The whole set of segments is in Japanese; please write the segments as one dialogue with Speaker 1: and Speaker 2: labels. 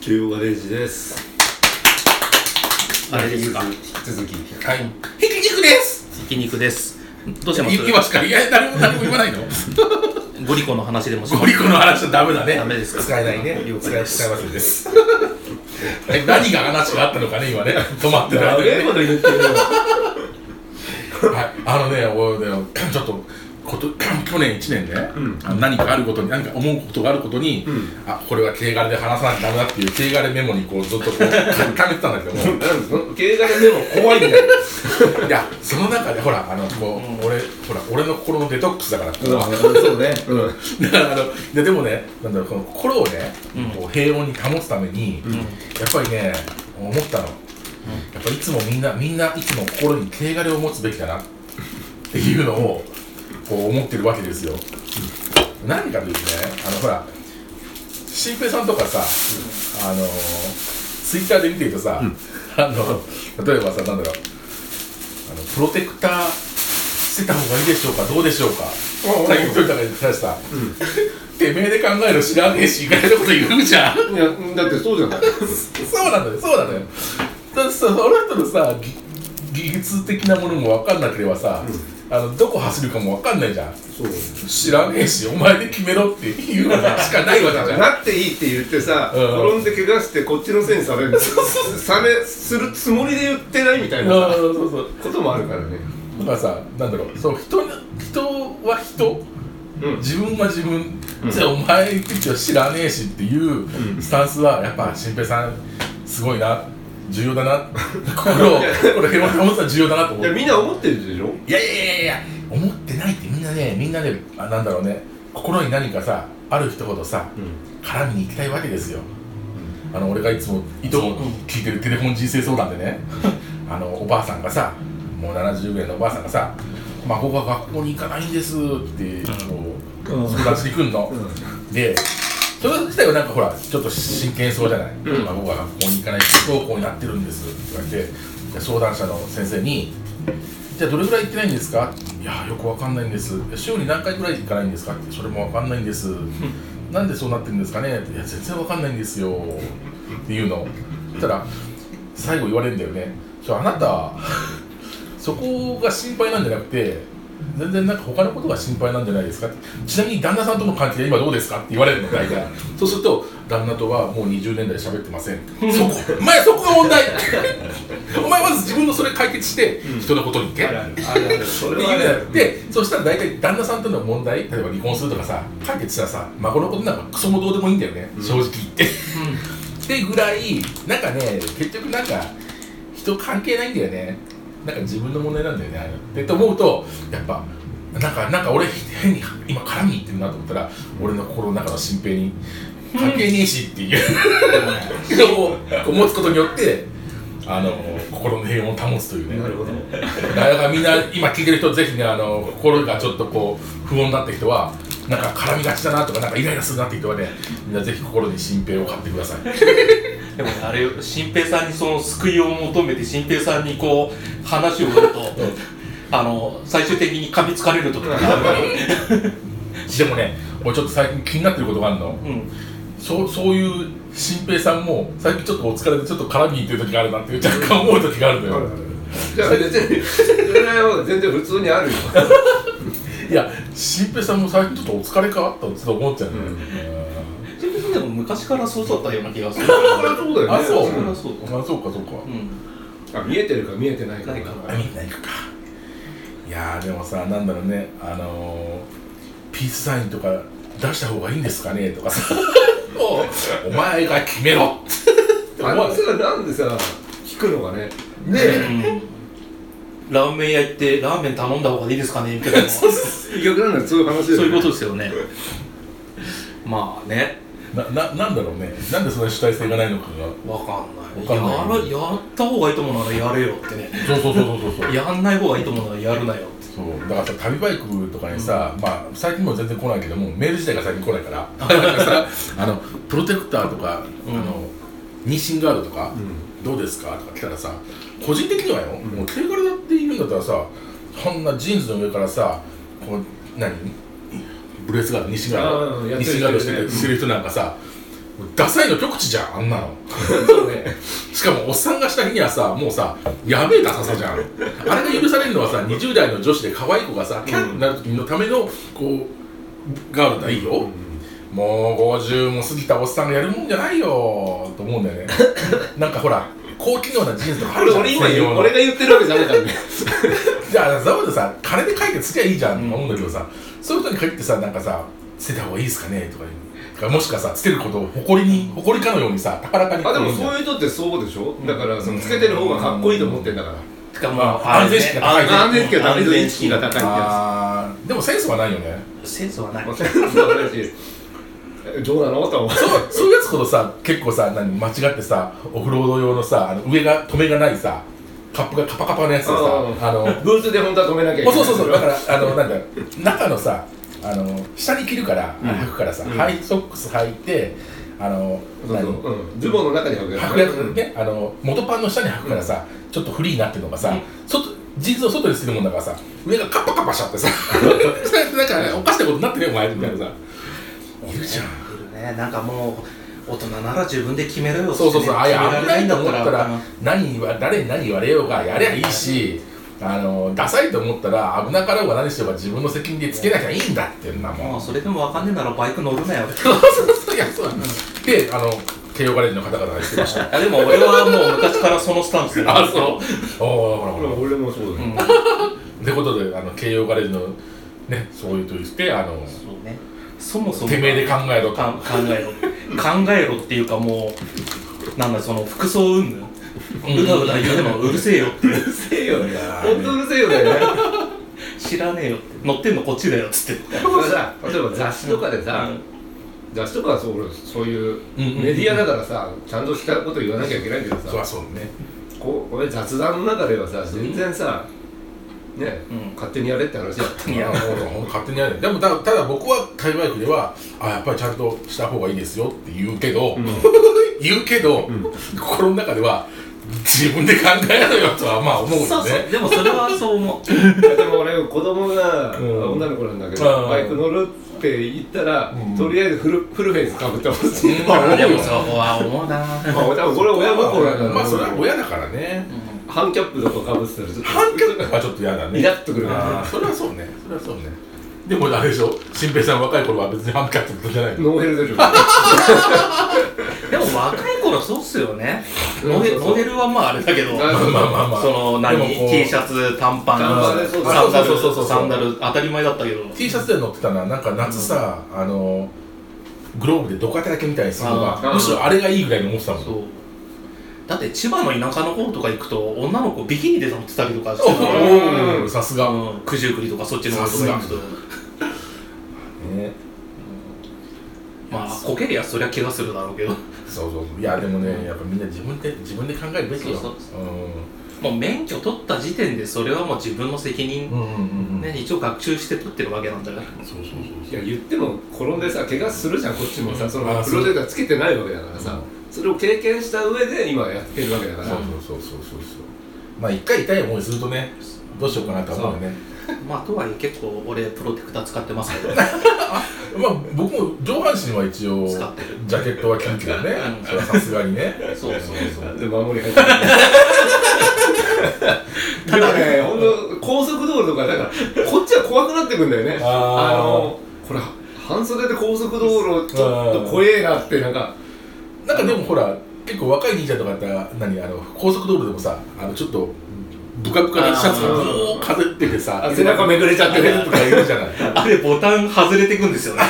Speaker 1: キューバレージです
Speaker 2: あれですか
Speaker 3: 引き続き
Speaker 4: はい。ひき肉です。
Speaker 2: ひき肉ですどうし
Speaker 4: 行
Speaker 2: ます
Speaker 4: きますか。いや、誰も何も言わないの。
Speaker 2: ゴリコの話でもします
Speaker 4: ゴリコの話はダメだね。
Speaker 2: ダメですか
Speaker 4: 使えないね。
Speaker 2: 了解
Speaker 4: 使え、
Speaker 2: です
Speaker 4: 使えませんです。え何が話があったのかね、今ね。止まってない
Speaker 1: や。べえこと言ってる
Speaker 4: はい、あのね、俺ね、ちょっと。こと去年1年で、あの何かあることに何か思うことがあることに、あこれは軽々で話さないとダメだっていう軽々メモにこうずっとこう書き溜めてたんだけど も
Speaker 1: よ経済でも怖いんだよ
Speaker 4: いやその中でほらあのこう、俺ほら俺の心のデトックスだからここは
Speaker 1: そうねうん
Speaker 4: だからあのいやでもねなんだろうこの心をね、
Speaker 2: うん
Speaker 4: こう平穏に保つために、やっぱりね思ったの、やっぱいつもみんなみんないつも心に軽々を持つべきだなっていうのをこう思ってるわけですよ、何かというとねあのほら新平さんとかさ、あのツイッターで見てるとさ、あの例えばさなんだろうあのプロテクターしてた方がいいでしょうかどうでしょうかさっき言っといたから言ってました、てめえで考えろ知らねえし意外なこと言うじゃん
Speaker 3: いやだってそうじゃない
Speaker 4: そうなのよそうなのよだってさその人のさぎ技術的なものも分かんなければさ、あのどこ走るかも分かんないじゃん
Speaker 3: そう
Speaker 4: 知らねえしお前で決めろっていうのしかないわけじゃん
Speaker 3: なっていいって言ってさ、
Speaker 4: うん
Speaker 3: 転んで怪我してこっちのせいにされるされするつもりで言ってないみたいな
Speaker 4: そうそうそう
Speaker 3: こともあるからね
Speaker 4: だからさなんだろうそう人に人は人、
Speaker 3: うん
Speaker 4: 自分は自分、じゃあお前の時は知らねえしっていうスタンスはやっぱ新平さんすごいな重要だな心を心を平和に保つのは重要だなと思
Speaker 3: いうやみんな思ってるでしょ
Speaker 4: いやいやいやいや思ってないってみんなねみんなねあなんだろうね心に何かさある人ほどさ、絡みに行きたいわけですよ、あの俺がいつもいとも聞いてるテレフォン人生相談でねあのおばあさんがさもう70ぐらいのおばあさんがさ「孫が学校に行かないんです」ってこう、相談しに来るの、でそれ自体はなんかほらちょっと真剣そうじゃない、孫が学校に行かない不登校になってるんですって言われてで相談者の先生にじゃあどれぐらい行ってないんですかいやーよくわかんないんです週に何回ぐらい行かないんですかってそれもわかんないん ですなんでそうなってるんですかねっていや全然わかんないんですよっていうのそしたら最後言われるんだよねちょあなた そこが心配なんじゃなくて全然なんか他のことが心配なんじゃないですかちなみに旦那さんとの関係は今どうですかって言われるの大体そうすると旦那とはもう20年代喋ってませんそこお前そこが問題お前まず自分のそれ解決して人のことに行け、
Speaker 1: あるあるそ
Speaker 4: って
Speaker 1: れ
Speaker 4: い
Speaker 1: は
Speaker 4: うのやっ
Speaker 1: ね
Speaker 4: て、そしたら大体旦那さんとの問題例えば離婚するとかさ解決したらさ孫のことなんかクソもどうでもいいんだよね、正直言って、ってぐらいなんかね結局なんか人関係ないんだよねなんか自分の問題なんだよねあれってと思うとやっぱなんかなんか俺変に今絡みに行ってるなと思ったら俺の心の中の心平に関係ねえしっていうの を持つことによってあの心の平穏を保つというね
Speaker 3: なるほど
Speaker 4: だからみんな今聞いてる人ぜひねあの心がちょっとこう不穏だった人はなんか絡みがちだなとかなんかイライラするなって人はねみんなぜひ心に心平を買ってください
Speaker 2: でもねあれよ新平さんにその救いを求めて新平さんにこう話を振るとあの最終的に噛みつかれるとかあるから
Speaker 4: でもね俺ちょっと最近気になってることがあるの
Speaker 2: うん
Speaker 4: そうそういう心平さんも最近ちょっとお疲れでちょっと絡みに行ってる時があるなっていう若干思う時があるの
Speaker 3: あ
Speaker 4: よ
Speaker 3: るあるじゃあ別にそれは全然普通にあるよ
Speaker 4: いや心平さんも最近ちょっとお疲れかとちょっと思っちゃうのよ、
Speaker 2: 新平さんでも昔からそうだったような気がする
Speaker 3: それはそうだよね
Speaker 4: あそ
Speaker 2: そ
Speaker 4: う、
Speaker 2: りゃそう
Speaker 4: あそうかそうか、
Speaker 2: うん
Speaker 3: あ見えてるか見えてないか
Speaker 2: ないかな
Speaker 4: あみんな行くかいやーでもさなんだろうねあのー、ピースサインとか出した方がいいんですかねとかさ もうお前が決めろって
Speaker 3: あ
Speaker 4: 思わ
Speaker 3: の
Speaker 4: ない
Speaker 3: さなんでさ聞くのがね
Speaker 4: ね
Speaker 2: うんラーメン屋行ってラーメン頼んだ方がいいですかねみたいなそう
Speaker 3: 逆なんだよそういう話で
Speaker 2: いうことですよねまあね
Speaker 4: なななんだろうねなんでそんな主体性がないのかが
Speaker 2: わかんない
Speaker 4: わかんない
Speaker 2: やらやった方がいいと思うならやれよってね
Speaker 4: そうそうそうそうそうそう
Speaker 2: やんない方がいいと思うならやるなよって
Speaker 4: そうだからさ旅バイクとかにさ、まあ最近も全然来ないけどもメール自体が最近来ないからなんかさ あのプロテクターとか、
Speaker 2: うん
Speaker 4: あの妊娠ガールとか、どうですかとか来たらさ個人的にはよ、もう手軽だって言うんだったらさそんなジーンズの上からさこう何ブレスガード西ガー
Speaker 3: あ
Speaker 4: ド
Speaker 3: ーやってる
Speaker 4: 西ガードして
Speaker 3: やって
Speaker 4: る
Speaker 3: る
Speaker 4: してる人なんかさ、ダサいの極地じゃんあんなの
Speaker 1: そうね
Speaker 4: しかもおっさんがした日にはさもうさやべえダサさじゃんあれが許されるのはさ20代の女子で可愛い子がさキャンってなる時のためのこうガールだいいよ、もう50も過ぎたおっさんがやるもんじゃないよと思うんだ よねなんかほら高機能なジーンズとかあ
Speaker 3: 俺
Speaker 4: るじゃん
Speaker 3: 俺今
Speaker 4: 専用の
Speaker 3: 俺が言ってるわけじゃないから ね
Speaker 4: じゃあざわざさ金で解決すりゃいいじゃんと思うんだけどさ、そういう人に限ってさなんかさ捨てた方がいいですかねとか言うとかもしくはさ捨てることを誇りに誇りかのようにさ高らかに
Speaker 3: あでも
Speaker 4: う
Speaker 3: そういう人ってそうでしょだからそのつけてる方がかっこいいと思ってんだから
Speaker 2: てか
Speaker 4: ま
Speaker 2: ま
Speaker 4: あ
Speaker 2: あ、
Speaker 4: 安全意識が高いね
Speaker 3: 安全意識が高い意識が高いってや
Speaker 4: あーでもセンスはないよね
Speaker 2: い。センスはない。
Speaker 3: つそうだしえどうなのとは思う
Speaker 4: そうそういうやつほどさ結構さ何間違ってさオフロード用のさあの上が止めがないさカップがカパカパのやつでさ
Speaker 3: あ
Speaker 4: あの
Speaker 3: ブーツで本当は止めなきゃいけな
Speaker 4: お
Speaker 3: い
Speaker 4: そうそうそうだからあのなんだ中のさあの下に着るから、履くからさ、ハイソックス履いてあの
Speaker 3: そうそう
Speaker 4: 何
Speaker 3: うんズボンの中に履く
Speaker 4: 履くやつ
Speaker 3: うん
Speaker 4: ね、あの元パンの下に履くからさ、ちょっとフリーになってるのがさ、外ジーンズを外にするもんだからさ上がカッパカッパしちゃってさ下になんか、ね、おかしなことになってるよお前みたいなさいるじゃん
Speaker 2: いるね。なんかもう、大人なら自分で決めろよ。
Speaker 4: そうそうそう、あいや、危ないと思ったら
Speaker 2: うん、
Speaker 4: 何言わ誰に何言われようがやりゃいいし、あのダサいと思ったら、危なかろうが何しようが自分の責任でつけなきゃいいんだっていうな
Speaker 2: ま
Speaker 4: も
Speaker 2: あ、
Speaker 4: ん。
Speaker 2: それでもわかんねえならバイク乗るなよ。
Speaker 4: そうそうそう、いや、そうなんです。 で、あの、慶応ガレージの方々が言ってました。
Speaker 2: あでも俺はもう昔からそのスタンスで。
Speaker 4: あ、そう。おお、ほらほら。
Speaker 3: 俺もそう
Speaker 2: う
Speaker 3: だよ
Speaker 2: ん。
Speaker 4: ってことで、あの、慶応ガレージの、ね、そういうと言って、あの、
Speaker 2: そうね。そもそも。
Speaker 4: てめえで考えろと。
Speaker 2: かん考えろ考えろっていうかもうなんだその服装うんぬうだうだ言うのうるせえよって
Speaker 3: うるせえよ
Speaker 4: いやー
Speaker 3: 本当うるせえよだよね
Speaker 2: 知らねえよって乗ってんのこっちだよっつって
Speaker 3: それさ例えば雑誌とかでさ
Speaker 2: う
Speaker 3: 雑誌とかはそう俺そういう
Speaker 4: うんうんうん
Speaker 3: メディアだからさちゃんとしたこと言わなきゃいけないけど
Speaker 4: そう
Speaker 3: さ
Speaker 4: はそうね。
Speaker 3: こう俺雑談の中ではさ全然さね
Speaker 2: うん
Speaker 3: 勝手にやれって話だっ
Speaker 4: いや、もうほんと勝手にやる。でも、たただ僕は、界隈区では、あ、やっぱりちゃんとした方がいいですよって言うけど、言うけど、心の中では自分で考えろよとはまあ思
Speaker 2: ん
Speaker 4: うよね
Speaker 2: そうそうでもそれはそう 思う
Speaker 3: いやでも俺子供が
Speaker 4: うん
Speaker 3: 女の子なんだけ
Speaker 4: うん
Speaker 3: どバイク乗るって言ったら
Speaker 4: うん
Speaker 3: とりあえずフルフルフェイスかぶってほしい
Speaker 4: うんまあ
Speaker 2: でもそこは思うな
Speaker 3: まあ多分これは親心だから
Speaker 4: まあそれは親だからね
Speaker 3: ハンキャップとかかぶってたらちょっと
Speaker 4: 反響がちょっと嫌だね
Speaker 3: イラッとくる
Speaker 4: あ
Speaker 3: ね
Speaker 4: ーそれはそうねそれはそうねでもあれでしょ新平さん若い頃は別に反響ってことじゃないの
Speaker 3: ノーヘルでしょ
Speaker 2: でも若い頃そうっすよね
Speaker 3: うん
Speaker 2: モデル
Speaker 3: そうそう
Speaker 2: モデルはまああれだけど
Speaker 3: まあ
Speaker 4: まあまあまあ
Speaker 2: その
Speaker 4: でも
Speaker 2: 何
Speaker 4: こう
Speaker 2: T シャツ短パン
Speaker 3: 短パンでそう
Speaker 2: サンダ
Speaker 4: そうそうそうそう
Speaker 2: ルサンダル当たり前だったけど
Speaker 4: T シャツで乗ってたのはなんか夏さ、あのグローブでどかただけみたいにするの
Speaker 2: あ
Speaker 4: が
Speaker 3: ー
Speaker 4: むしろあれがいいぐらいに思ってたもん
Speaker 2: そうだって千葉の田舎の方とか行くと女の子ビキニで乗ってたりとかしてたから
Speaker 4: おおさすが、
Speaker 2: うん九十九里とかそっちの方とか行くと
Speaker 4: ね
Speaker 2: まあこけりゃそりゃ怪我するだろうけど
Speaker 4: そうそうそういやでもねやっぱみんな自分で自分で考えるべきよ
Speaker 2: そうそ
Speaker 4: うん
Speaker 2: もう免許取った時点でそれはもう自分の責任、
Speaker 4: うんうんうんうん
Speaker 2: ね、一応学習して取ってるわけなんだから
Speaker 4: そうそうそうそ
Speaker 3: い
Speaker 4: う
Speaker 3: や言っても転んでさ怪我するじゃんこっちもさそ
Speaker 4: あ
Speaker 3: の
Speaker 4: ー
Speaker 3: プロジェクターつけてないわけだからさそれを経験した上で今やってるわけだか
Speaker 4: そう
Speaker 3: ら
Speaker 4: そうそうそうそうそうまあ一回痛い思いするとねどうしようかなとは思うよね
Speaker 2: まあとはいえ結構俺プロテクター使ってますけど
Speaker 4: まあ僕も上半身は一応
Speaker 2: 使ってる
Speaker 4: ジャケットは着るけどね
Speaker 2: うん
Speaker 4: それはさすがにね
Speaker 2: そうそうそう
Speaker 3: で守り入ってるでもねほんと高速道路とかだからこっちは怖くなってくんだよね
Speaker 4: あー
Speaker 3: あのこれ半袖で高速道路ちょっと怖えなってなんか
Speaker 4: なんかでもほら結構若い兄ちゃんとかだったら何あの高速道路でもさあのちょっとブカブカなシャツが
Speaker 2: あー
Speaker 4: こう飾っててさ
Speaker 3: あ背中めくれちゃってね
Speaker 4: とか言うじゃない
Speaker 2: あれボタン外れてくんですよね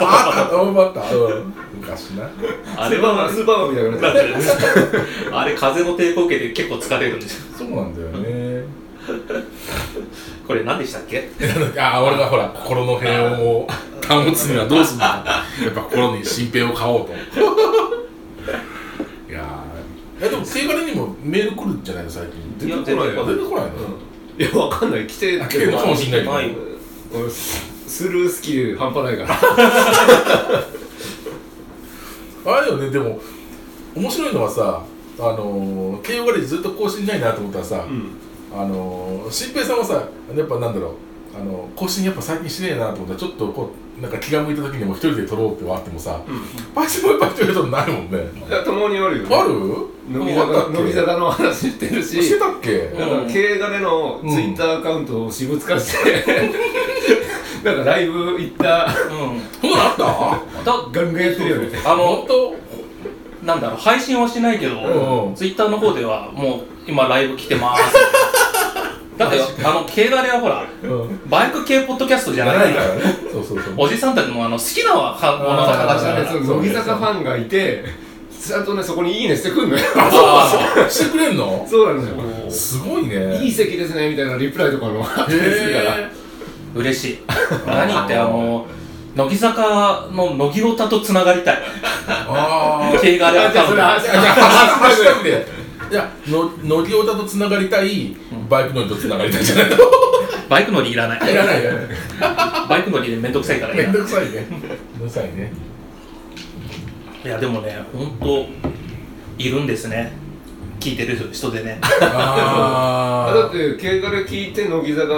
Speaker 4: あった思ったうん昔な
Speaker 2: あ
Speaker 3: ス
Speaker 2: れ
Speaker 3: ーパーマン
Speaker 2: は
Speaker 3: スーパーマンみたいになっちゃってる
Speaker 2: あれ風の抵抗受けて結構疲れるんですよ
Speaker 4: そうなんだよね
Speaker 2: これ何でしたっけ
Speaker 4: あー俺がほら心の平穏を保つにはどうするの やっぱ心に新平を買 おうといやーいやでも聖火にもメール来るんじゃないの最近
Speaker 3: 出てこない
Speaker 4: あ
Speaker 3: よ
Speaker 4: 出てこないの、
Speaker 3: いやわかんない来て
Speaker 4: あ来てるのかもしれな
Speaker 2: ないい
Speaker 4: けど
Speaker 3: 俺スルースキル半端ないから
Speaker 4: あれよねでも面白いのはさあのー、慶応ガレージずっと更新ないなと思ったらさ、あのー、新平さんはさやっぱなんだろうあの更新やっぱ最近しねえなと思ったらちょっとこうなんか気が向いた時にも一人で撮ろうってはあってもさ、パイセンもやっぱ一人で撮るのあるもんね
Speaker 3: いや、たまにあるよ、ね。
Speaker 4: ある
Speaker 3: 乃木坂乃木坂の話してる
Speaker 4: して
Speaker 3: し、
Speaker 4: たっけ
Speaker 3: なんか、経営金のツイッターアカウントを私物化して、 なんかライブ行った、
Speaker 4: そんなのあった
Speaker 2: だ
Speaker 3: ガンガンやってるよね。
Speaker 2: あの
Speaker 4: 本当
Speaker 2: なんだろう配信はしないけ
Speaker 4: うんう
Speaker 2: ど
Speaker 4: ん
Speaker 2: ツイッターの方ではもう今ライブ来てますだ ってあの軽ガレはほら
Speaker 4: うん
Speaker 2: バイク系ポッドキャストじゃ
Speaker 4: やら
Speaker 2: な
Speaker 4: ないい
Speaker 2: か
Speaker 4: かららねそうそうそう
Speaker 2: おじさんたちもあの好きなははものが形だ
Speaker 4: あ
Speaker 2: か
Speaker 4: ー
Speaker 2: ら
Speaker 3: その乃木坂ファンがいて、ちゃんとね、そこにいいねしてくんの よ。
Speaker 2: あ
Speaker 4: してくれんの
Speaker 3: そうなんですよ。
Speaker 2: ー
Speaker 4: すごいね
Speaker 3: いい席ですねみたいなリプライとかもあったりするから、
Speaker 4: へ
Speaker 2: 嬉しい何ってあの乃木坂の乃木オタとつながりたい
Speaker 4: あー
Speaker 2: 軽ガレア
Speaker 3: あじゃあそれ
Speaker 2: カウン
Speaker 3: は
Speaker 2: ト
Speaker 4: じゃあハッシュタグでいやののりおたとつながりたいバイク乗りとつながりたいじゃないと
Speaker 2: バイク乗りいらない
Speaker 4: いらないよね
Speaker 2: バイク乗りめんどくさいからい
Speaker 4: め
Speaker 2: ら
Speaker 4: ん
Speaker 2: な
Speaker 4: ど
Speaker 2: い
Speaker 4: くさいねめんどくさいね
Speaker 2: いやでもね本当いるんですね聞いてる人でね
Speaker 3: あだっ
Speaker 4: あ
Speaker 3: て経過で聞いて乃木坂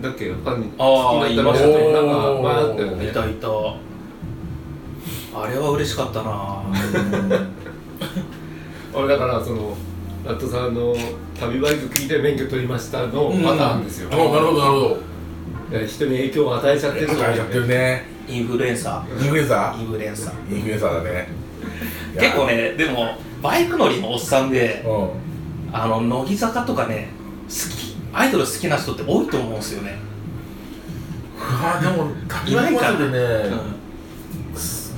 Speaker 3: だっけファンに
Speaker 2: あ
Speaker 3: 好
Speaker 2: ー
Speaker 3: きになったみたいな
Speaker 4: 言いま
Speaker 3: なんか前あ
Speaker 4: したね
Speaker 3: ったよ
Speaker 2: い
Speaker 3: ね
Speaker 2: たいたあれは嬉しかった な
Speaker 3: 俺だからそのラットさんの「旅バイク聞いて免許取りました」の
Speaker 4: ー
Speaker 3: パターンですよ、
Speaker 4: あなるほどなるほど
Speaker 3: で人に影響を与えちゃってると
Speaker 4: やってるね
Speaker 2: インフルエンサ
Speaker 4: インフルエンサ
Speaker 2: ーインフルエンサー
Speaker 4: ーインフルエンサーだね
Speaker 2: 結構
Speaker 4: ね
Speaker 2: ねでもバイク乗りのおっさんで
Speaker 4: う
Speaker 2: あの乃木坂とかね好きアイドル好きな人って多いと思うんですよね
Speaker 4: んあでも旅
Speaker 2: いない
Speaker 4: 行
Speaker 2: か
Speaker 4: バ
Speaker 2: ら
Speaker 4: スでね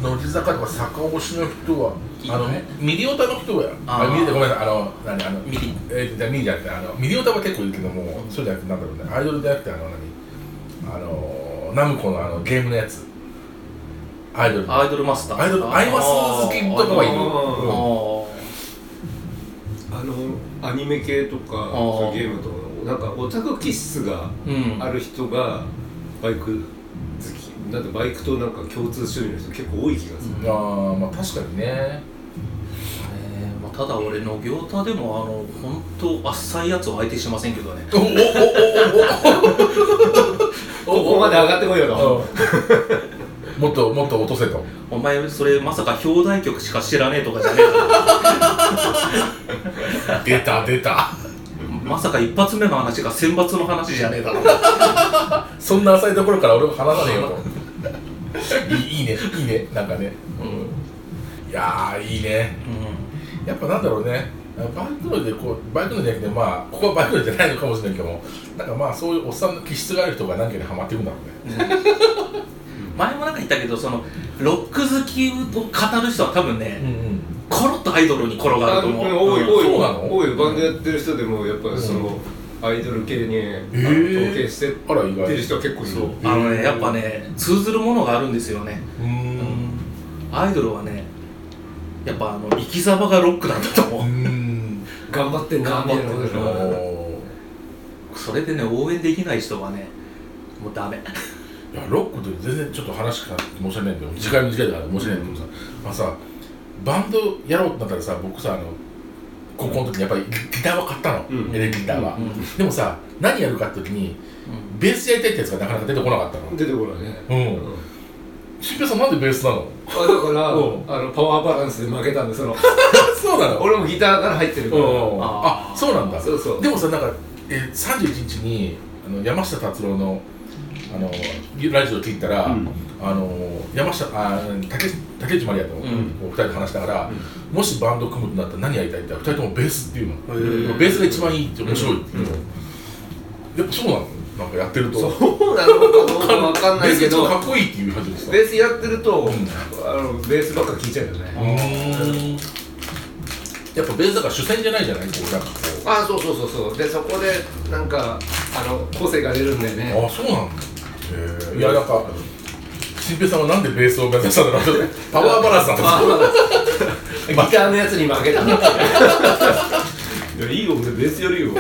Speaker 2: うん
Speaker 4: 乃木坂とか坂越しの人はいあの
Speaker 2: ね
Speaker 4: ミリオタの人は
Speaker 2: あー
Speaker 4: あミリオタごめんなさいあの何あの
Speaker 2: ミリ
Speaker 4: えー、じゃあミリじゃなくてあのミリオタは結構いるけどもそうじゃなくてなんだろうねアイドルじゃなくてあの何あのナムコのあのゲームのやつアイドルの
Speaker 2: アイドルマスター
Speaker 4: アイドルアイマス好きとかはいる
Speaker 3: あ
Speaker 2: あ
Speaker 3: ー
Speaker 2: ー
Speaker 3: あのアニメ系とか
Speaker 2: ー
Speaker 3: そういうゲームとかなんかオタク気質が
Speaker 2: うん
Speaker 3: ある人がバイク好きなんかバイクとなんか共通趣味の人結構多い気がする、
Speaker 4: あーまあ確かにね
Speaker 2: えーまあ、ただ俺の行田でもあの本当あっさいやつを相手しませんけどね
Speaker 4: おおおおおお
Speaker 3: ここまで上がってこいよと、
Speaker 4: うんもっともっと落とせと
Speaker 2: お前それまさか表題曲しか知らねえとかじゃねえだろ
Speaker 4: 出た出た
Speaker 2: まさか一発目の話が選抜の話じゃねえだろ
Speaker 4: そんな浅いところから俺も話さねえよ といいいいねいいねなんかね
Speaker 2: うん、
Speaker 4: いやーいいねやっぱなんだろうねバイク乗りでこうバイク乗りじゃなくてまあここはバイク乗りじゃないのかもしれないけどもなんかまあそういうおっさんの気質がある人が何かにハマっていくんだろうね
Speaker 2: うん、前もなんか言ったけどそのロック好きを語る人は多分ね、
Speaker 4: ん
Speaker 2: コロッとアイドルに転がると思う、
Speaker 3: あ多い
Speaker 2: うん
Speaker 3: 多い
Speaker 4: そうなの
Speaker 3: 多いよバンドやってる人でもやっぱそのアイドル系に
Speaker 4: ー
Speaker 3: 統計してっ
Speaker 4: あら意
Speaker 3: て
Speaker 4: 外
Speaker 3: る人は結構いる
Speaker 2: そうあのねやっぱね通ずるものがあるんですよね
Speaker 4: うーん
Speaker 2: アイドルはねやっぱあの生き様がロックなんだと
Speaker 4: う
Speaker 2: 思
Speaker 4: ー ん
Speaker 3: 頑張ってんなみたいなことでし
Speaker 4: お
Speaker 3: ょ
Speaker 4: ー
Speaker 2: うそれでね応援できない人はねもうダメ
Speaker 4: いやロックで全然ちょっと話が申し訳ないんだけど時間短いから申し訳ないんだけどさ、まあさバンドやろうってなったらさ僕さあの高校の時にやっぱりギギターは買ったの、
Speaker 3: うん
Speaker 4: エレキギターは、
Speaker 2: うんうん
Speaker 4: でもさ何やるかって時にベースやりたいってやつがなかなか出てこなかったの
Speaker 3: 出てこないね
Speaker 4: うん
Speaker 3: うん
Speaker 4: 新平さんなんでベースなの
Speaker 3: あだから
Speaker 4: うん
Speaker 3: あのパワーバランスで負けたんでその
Speaker 4: そうなの
Speaker 3: 俺もギターから入ってるから
Speaker 4: うんあ
Speaker 2: あー
Speaker 4: そうなんだ
Speaker 3: そうそう
Speaker 4: でもさなんか、えー、31日にあの山下達郎のあのラジオ聞いたら、
Speaker 3: うん
Speaker 4: あの山下あー竹竹内まりやと、
Speaker 2: ん
Speaker 4: こう二人で話したから、もしバンド組むとなったら何やりたいって言ったら二人ともベースっていうの、
Speaker 2: ー
Speaker 4: ベースが一番いいって面白いっていうの、やっぱそうなのなんかやってると
Speaker 3: そうなのかどうかわかんないけど
Speaker 4: ベースが一番かっこいいっていう感じです
Speaker 3: ベースやってると
Speaker 4: ん
Speaker 3: あのベースばっか聴いちゃうよね
Speaker 4: んやっぱベースだから主戦じゃないじゃないこうなんかこう
Speaker 3: あそうそうそうそうでそこでなんかあの個性が出るんだよね
Speaker 4: あそうなんだへえいやなんか新平さんはなんでベースを目指したんだろうってパワーバランスなんですよ
Speaker 3: ギターのやつに負け たんだいやいいよ俺ベースよりよ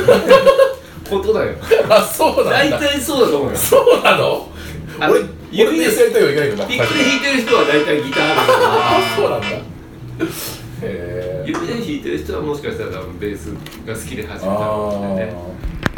Speaker 3: ことだよ
Speaker 4: あそうなん
Speaker 3: 大
Speaker 4: だ
Speaker 3: 体そうだと思うよ
Speaker 4: そうなの
Speaker 3: あの
Speaker 4: 俺
Speaker 3: 指
Speaker 4: 俺ベースやりたいはいけないけどな
Speaker 3: ピックで弾いてる人は大体ギターだ
Speaker 4: あそうなんだへえ
Speaker 3: けど指で弾いてる人はもしかしたら多分ベースが好きで始めたのかもしれないね
Speaker 4: あ